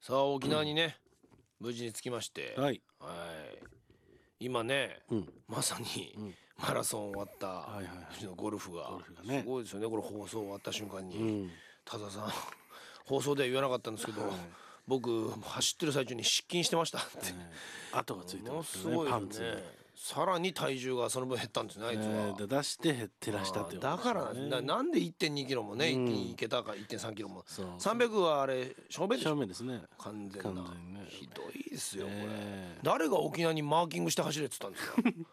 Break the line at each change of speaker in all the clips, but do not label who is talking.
さあ沖縄にね、無事に着きまして
はい
はい今ね、
うん
まさに、マラソン終わった
はいはいはいう
ちのゴルフが
フがね
すごいですよねこれ放送終わった瞬間に、
うん
多田さん放送では言わなかったんですけど、僕走ってる最中に失禁してましたって、
跡がついて
もの
ますすよ
ご
ね
い
パ
よ
ンツに、
ねさらに体重がその分減ったんですねあいつは、
えー、出して照らしたっていうこ
だ
とですね
からななんで1 2キロもね一気にいけたか1 3キロも
そう
300はあれ正面でし
正
ょ
面ですね
完全な
完全にね
ひどいですよこ
え
れ
え
誰が沖縄にマーキングして走れって言った んですか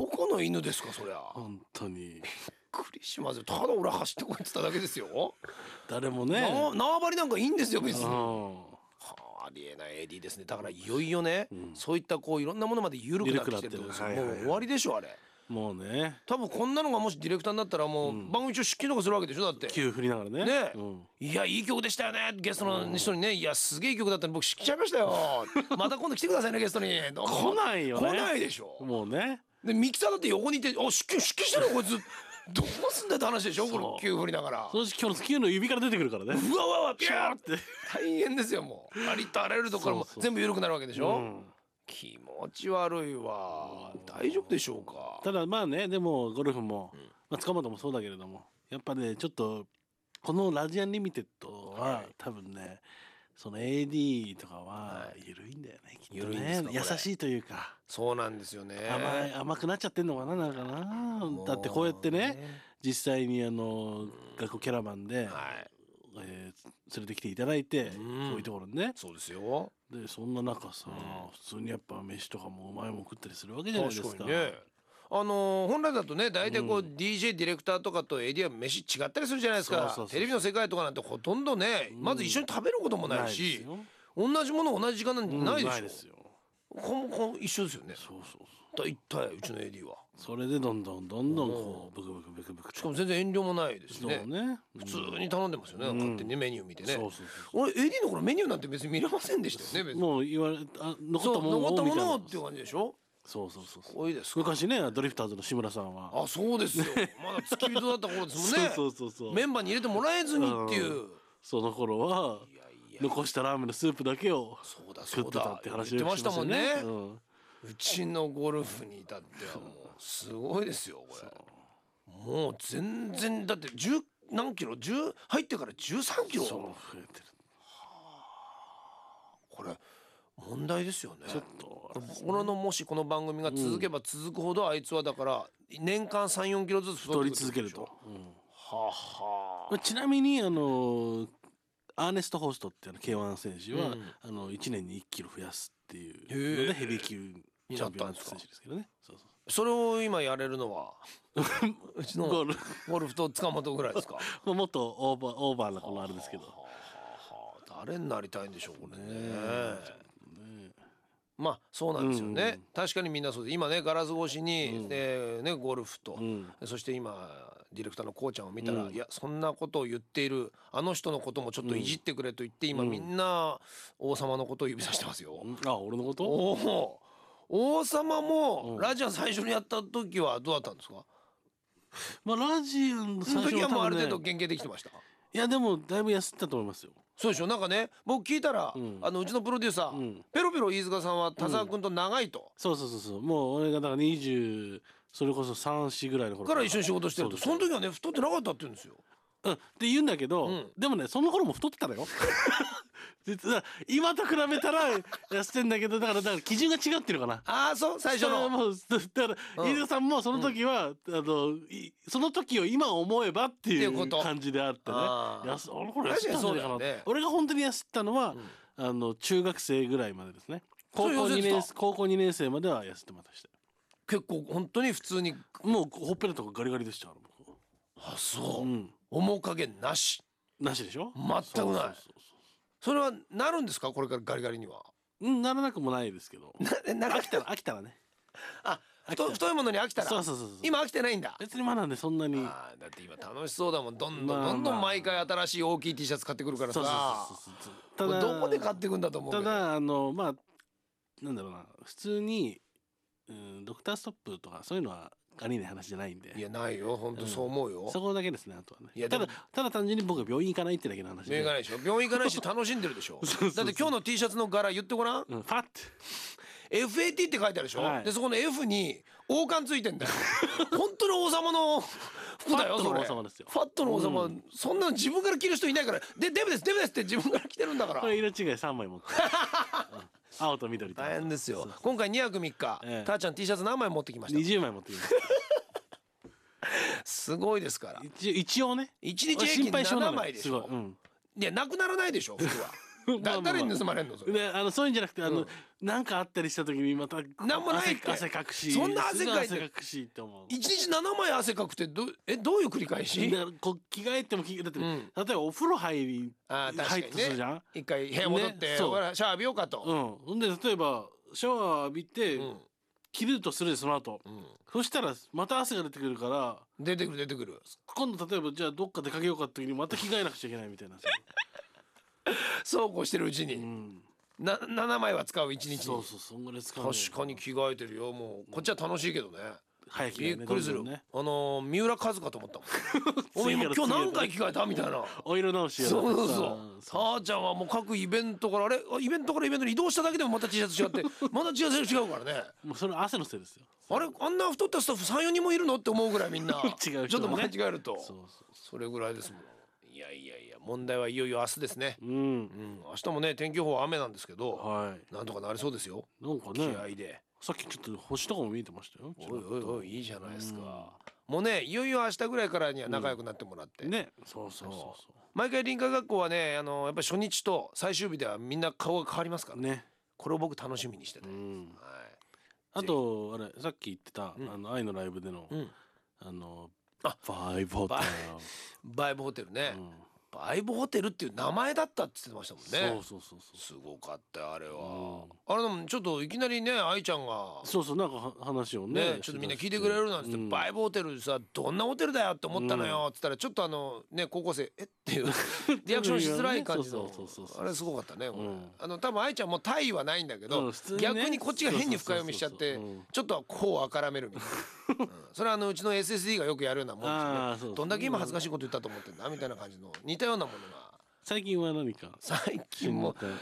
どこの犬ですかそりゃびっ
本当に
くりしますよただ俺走ってこいって言っただけですよ
誰も
な
ね
縄張りなんかいいんですよ別に
う
は
ん
あありえない AD ですねだからいよいよねそういったこういろんなものまで緩くなってきてるってことですよ
緩くなってる
も
は
う
いは
終わりで
いはい
しょあれ
もうね
多分こんなのがもしディレクターになったらもう番組中出勤とかするわけでしょだって
急振りながらね
ね、
うん、
いやいい曲でしたよねゲストの人にね、いやすげえいい曲だったんで僕知っちゃいましたよまた今度来てくださいねゲストにどうも
来ないよね
来ないでしょ
もうね
でミキサーだって横にいて「あ出勤出勤してるよこいつどうすんだ」って話でしょこの急振りながら
そのうち今日の球の指から出てくるからね
うわうわうわピューっ
ってて
大変ですよもうありとあらゆるところも
そうそう
全部緩くなるわけでしょ、気持ち悪いわ大丈夫でしょうか
ただまあねでもゴルフも、まあ、塚本もそうだけれどもやっぱねちょっとこのラジアンリミテッドは、多分ねその AD とかは緩いんだよね、きっと
緩いんです
ね
かこれ
優しいというか
そうなんですよね
甘い甘くなっちゃってんのかななんかなだってこうやってね実際にあの学校キャラバン
はい
で、えー連れてきていただいて、こういうところにね
そうですよ
でそんな中さ、普通にやっぱ飯とかもうまいもん食ったりするわけじゃないですか
確かにねあのー本来だとね大体こう、DJ ディレクターとかとエリア飯違ったりするじゃないですか
そうそうそう
テレビの世界とかなんてほとんどね、まず一緒に食べることもないし
ないで
同じもの同じ時間なんてないで
うまいで
し
す
ょ、
よ
こんこん一緒ですよね
そうそうそう
一体うちの AD は
それでどんどんどんどんこうブクブクブクブク
しかも全然遠慮もないですし
そう
ね
ね
普通に頼んでますよね、勝手にねメニュー見てね
そうそうそ
俺 AD の頃メニューなんて別に見れませんでしたよね別に
もう言われあ残
そ
った
う
もの
残った
をみ
も
たい
のを
な
っていう感じでしょ
そうそうそうそう
多いですか
昔ねドリフターズの志村さんは
あそうですよまだ付き人だった頃ですもんね
そうそうそうそう
メンバーに入れてもらえずにっていう
その頃はい
やいや
残したラーメンのスープだけを
そうだそう
食ってた
だ
って
言っ
話を
てましたもんね
しましたよね
うちのゴルフに至ってはもうすごいですよこれもう全然だって10何キロ10入ってから13キ
うんそう
ロ
増えてる
これ問題ですよね
ちょっと
俺のもしこの番組が続けば続くほどあいつはだから年間34キロずつ太
取
り
り続けると、
はは
まあちなみにあのアーネスト・ホーストっていう k 1選手は、あの1年に1キロ増やすっていう
へ
の
え
でヘビー級チャンピオンになった選手ですけどねそうそう
それを今やれるの はうちの
ゴ ル
ゴルフと塚本ぐらいですか
まあ、もっとオーバーオーバーな このあれですけど
あ誰になりたいんでしょうこれねまあそうなんですよね、確かにみんなそうで今ねガラス越しに、でね、ゴルフと、そして今ディレクターのこうちゃんを見たら、いやそんなことを言っているあの人のこともちょっといじってくれと言って、今みんな王様のことを指さしてますよ。
あ俺のこと
おお王様もラジアン最初にやった時はどうだったんですか、
まあラジオの
その
最初
時はもうあ
多
る
分
程度
ね
原型できてました
いやでもだいぶ痩せてたと思いますよ
そうでしょなんかね僕聞いたら、うあのうちのプロデューサー、ペロペロ飯塚さんは田沢君と長いと、
そうそうそうそうもう俺がだから20それこそ34ぐらいの頃
から一緒に仕事してると
そ
そ
う
の時はね太ってなかったって言うんですよ
うん、って言うんだけど、でもねその頃も太って たのよ実は今と比べたら痩せてんだけどだからだから基準が違うっていうのかな
ああそう最初
だから
の
もうだから飯塚さんもその時は、あのいその時を今思えばってい
っていうこ
う
と
感じであってね
あー
やす俺これ痩せたんじゃない
確かに
か
そう
な、
だよね
俺が本当に痩せたのは、あの中学生ぐらいまでですね高校
そう痩せ
2
てた
年高校2年生までは痩せてましたよ
結構本当に普通に
もうほっぺたとかガリガリでしたから僕
あそう、面影なし
なしでしょ
全くない
そうそうそうそう
それはなるんですかこれからガリガリには
うん、ならなくも ないですけ ど。
えな
飽きたら、飽きたらね。
あ太太いものに飽きたら
そうそうそうそう
今飽きてないんだ
別にまだね、そんなに。
あーだって今楽しそうだもんどんどん
まあまあ
どんどん毎回新しい大きい T シャツ買ってくるから
そう
さ
そうそうそうそう。
こ
た
れ
だ、
どこで買ってくんだと思うけ
た
ど
だ、あの、まあ、なんだろうな、普通に、うん、ドクターストップとかそういうのはありえない話じゃないんで
いやないよ本当そう思うよ、
そこだけですねあとはね
いや
ただ
でも
ただ単純に僕は病院行かないってだけの話で
病院行かないでしょ病院行かないし楽しんでるでしょ
そうそうそう
だって今日の T シャツの柄言ってごらん
うん、ファッ
FAT って書いてあるでしょ、
はい
でそこの F に王冠ついてんだよ 本当に王様の服だよ
ファット
そ
の
れ
王様ですよ
ファットの王様、
う
そんなの自分から着る人いないからでデブですデブですって自分から着てるんだから
これ色違い3枚持ってる、うん青と緑と
大変ですよ
そうそう
今回2泊3日、
ええ
たーちゃん T シャツ何枚持ってきました
20枚持ってきます
すごいですから
一応一応ね
一日平均7枚でし
すごい
ょ、
うん
いやなくならないでしょ服は
まあまあ
だ
まあ
誰に盗まれんのそれ
であのそういうんじゃなくてあの、
うん
なんかあったりした時にまた
なんもないって
汗汗かくし
そんな汗かいて
すぐ汗かくしって思う
一日7枚汗かくってどえどういう繰り返し、
だからこう着替えても着替えだって、
うん
例えばお風呂入り
あー確か
入
にね
ったとするじゃん、
一回部屋戻って、
ねそう
ほらシャワー浴びようか
う
と、
んほんで例えばシャワー浴びて、
うん
着るとするでその後
うん
そしたらまた汗が出てくるから
出てくる出てくる
今度例えばじゃあどっか出かけようかって時にまた着替えなくちゃいけないみたいなさ、
そうこうしてるうち
う
に、
ん、
な7枚は使う一日に
そうそうそんぐらい使うのよ
確かに着替えてるよもうこっちは楽しいけどね、
早着替
び
え
っ
ね
くりする、
どんどんね
あのー三浦和かと思ったもん お前
次
今
か
今
ら
日
次へと
何回着替えたみたいな
お色直しやら
そうそう
さ
そう。
う
さあちゃんはもう各イベントからあれあイベントからイベントに移動しただけでもまた T シャツ違ってまた T シャツ違うからね。
もうそれ汗のせいですよ
あれあんな太ったスタッフ34人もいるのって思うぐらいみんな
違う人はね
ちょっと間違えると
そうそ
それぐらいですもん。いやいやいや問題はいよいよ明日ですね。
ううん
うん明日もね天気予報は雨なんですけど
は
なんとかなりそうですよ。
いなんか
気
ね
合で。
さっきちょっと星とかも見えてましたよ
おいおいおいいいじゃないですか。もうねいよいよ明日ぐらいからには仲良くなってもらって。
ねそうそうそ
毎回林科学校はねあのやっぱり初日と最終日ではみんな顔が変わりますから
うね
これを僕楽しみにしてて、
うん
は
あとあれさっき言ってた、
うん
あの愛のライブでの、
いうん、
あの
あ
バイブホテ
バイブホテルね
ル、、うん
バイブホテルっていう名前だったって言ってましたもんね
そうそうそうそう
すごかったよあれは
うん、
あれでもちょっといきなりね愛ちゃんが
そうそうなんかは話をね
ねちょっとみんな聞いてくれるなんつって、
うん
バイブホテルさどんなホテルだよって思ったのよっつったらちょっとあのね高校生えって いうリアクションしづらい感じの
そうそうそうそう
あれすごかったね、これ
うん
あの多分愛ちゃんも大意はないんだけど、
うん普通にね
逆にこっちが変に深読みしちゃって
そうそうそうそううん
ちょっとはこうあからめるみたい な、うんそれはあのうちの SSD がよくやるようなもんですよね
あーそうそう
どんだけ今恥ずかしいこと言ったと思ってんだみたいな感じの似たようなものが
最近は何か
最近も
新ネ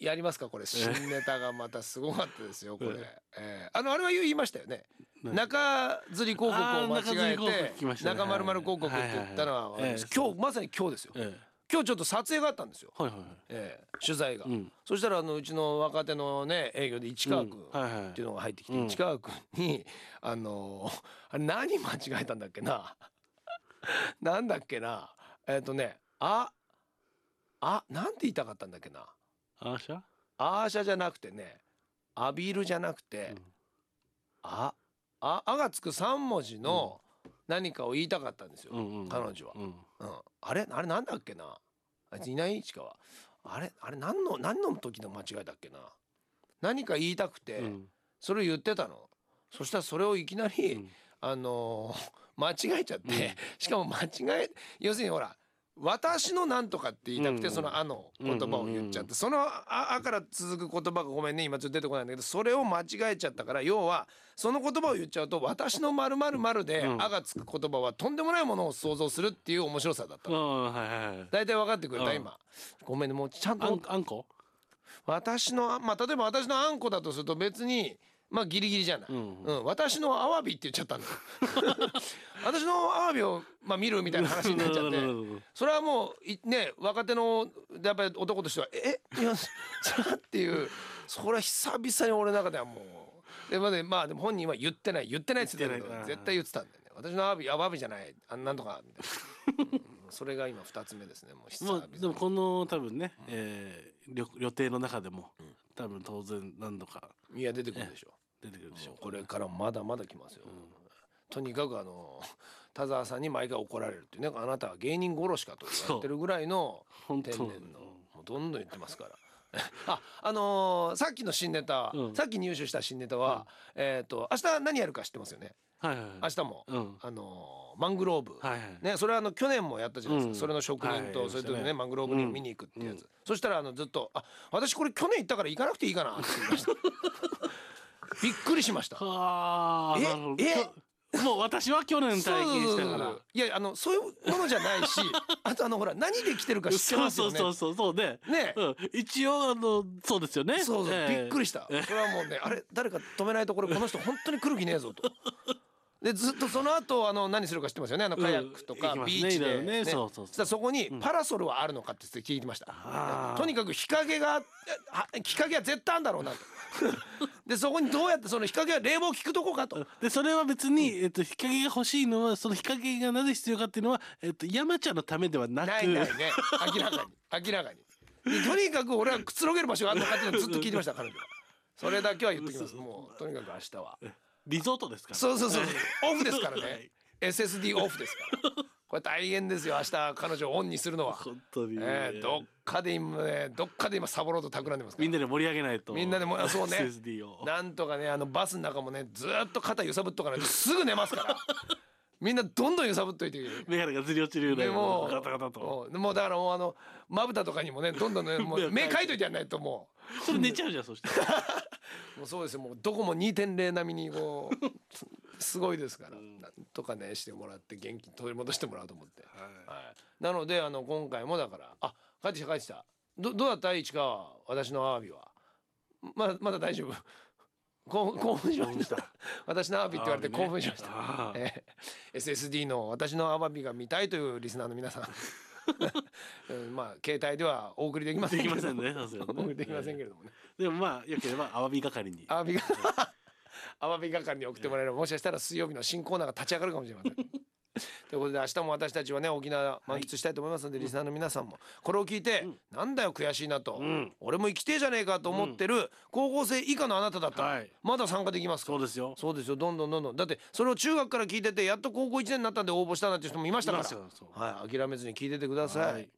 やりますかこれ新ネタがまたすごかったですよこれ、
え
えーあのあれは言いましたよね
何
中吊り広告を間違え
あー中吊り広告聞
て
きましたね
中丸々広告って言ったのは
はいはいはい
私
ええ
今日まさに今日ですよ
タえ
今日ちょっと撮影があったんですよ、
えはいはいはい
えー取材が、
うん
そしたらあのうちの若手のね営業で市川君、
うんはいはい
っていうのが入ってき
う
て
ん
市川君にあのーあれ何間違えたんだっけななんだっけなえっとねああなんて言いたかったんだっけな
アーシャ
アーシャじゃなくてねアビルじゃなくて、
うん
あああがつく3文字の何かを言いたかったんですよ、
うんうん
彼女は、
うん
うんあれあれなんだっけなあいついない市川あれあれ何の何の時の間違いだっけな何か言いたくて、
うん
それを言ってたのそしたらそれをいきなり、
うん
あの ー間違えちゃって、
うん
しかも間違え要するにほら私のなんとかって言いたくて、
うん
その「あ」の言葉を言っちゃって、そのあ「あ」から続く言葉がごめんね今ちょっと出てこないんだけどそれを間違えちゃったから要はその言葉を言っちゃうと「私の〇〇〇で「
うん
あ」がつく言葉はとんでもないものを想像するっていう面白さだった
あ
の。
あはいはいはい
大体分かってくれた、
うん
今ごめんねもうちゃん
あ
と
んあんこ
私のあまあ例えば私のあんこだとすると別にまあギリギリじゃない、
うん
うん私のアワビって言っちゃ ったんだよ私のアワビを、まあ、見るみたいな話になっちゃって
るほ どなるほど
それはもういね若手のやっぱり男としてはえいやそそれはっていうそれは久々に俺の中ではもうでまあねまあでも本人は言ってない言ってないって言ってたけ
言って
ど
ない
絶対言ってたんだよね私のアワビアワビじゃないあなんとかみたいな、うんそれが今二つ目ですねもう久々
ま
に
あでもこの多分ね、えー旅予定の中でも、多分当然何度か
いや出てくるでしょ
出てくるでしょう
これからまだまだ来ますよ、とにかくあの田沢さんに毎回怒られるっていうねあなたは芸人殺しかと言ってるぐらいの
本
天
当
然のもうどんどん言ってますから ああのーさっきの新ネタ、
うん
さっき入手した新ネタは、えっ、と明日何やるか知ってますよね
はいはいはい
明日も、
うん
あのーマングローブ、
はいはい
ね、それはあの去年もやったじゃないですか、
うん
それの職人と、
はい
それと
やりました
ね
ね
マングローブに
うん
見に行くっていうやつ、そしたらあのずっと「あ私これ去年行ったから行かなくていい かな」って言いましたびっくりしました
はあなるほど
ええ
きょもう私は去年 体験したか
そうそ
ら
うそういやあのそういうものじゃない しあとあのほら何で来てるか知ってますよね
そうそうそうそうで、
ね
うん、一応あのそうですよね
そうそう、
ええ
びっくりしたそれはもうねあれ誰か止めないとこれこの人本当に来る気ねえぞとでずっとその後あの何するか知ってますよねあのカヤックとか、
うん行きま
ビーチ
すねいろい
で、
ろ
ね
ねそうそうそう
そしたらそこに
ん
パラソルはあるのかって聞いてました、
あー
とにかく日陰があ日陰は絶対あるんだろう なとでそこにどうやってその日陰は冷房効くとこかと
でそれは別に、えっと、日陰が欲しいのはその日陰がなぜ必要かっていうのは、えっと、山ちゃんのためではなく
ないないね明らかに明らかにでとにかく俺はくつろげる場所があるのかっていうのをずっと聞いてました彼女はそれだけは言ってきますもうとにかく明日は
リゾートですから
そうそうそうそうオフですから
は
ね
い
SSD オフですからこれ大変ですよ明日彼女をオンにするのは、
本当にね、
ええどっかで今ねどっかで今サボろうと企んでますから
みんなで盛り上げないと
みんなでもう そうね
SSD を
なんとかねあのバスの中もねずーっと肩揺さぶっとかないとすぐ寝ますからみんなどんどん揺さぶっといて
眼鏡がずり落ちるよう
で
な
も
ガタガタと
うんもうだからもうあのまぶたとかにもねどんどんねもう目
目を
か
か
いといてやんないとも
それ寝ちゃうじゃん そして
うもうそうですよもうどこも2.0並みにこうすすごいですから、なんとかねしてもらって元気取り戻してもらおうと思って、はい、なのであの今回もだからあ帰ってきた帰ってきたどどうだった市川私のアワビはまだまだ大丈夫興奮興奮しました私のアワビって言 われて興奮しました、
あー
えー SSD の私のアワビが見たいというリスナーの皆 さんうんまあ携帯ではお送りできません
で
けれ
きま
ど
せん
も
ねさすが
お
に
送
ね
りできませんけれどもね
でもまあよければアワビ係に
アワビ がアワビ係に送ってもらえればもしかしたら水曜日の新コーナーが立ち上がるかもしれませんということで明日も私たちはね沖縄満喫したいと思いますので、リスナーの皆さんもこれを聞いて、なんだよ悔しいなと、
ん
俺も生きてえじゃねえかと思ってる高校生以下のあなただったら、
はい
まだ参加できますか
そうですよ
そうですよどんどんどんどんだってそれを中学から聞いててやっと高校1年になったんで応募したなんて人もいましたか
いましたからそう
ら、はい、諦めずに聞いててください、
はい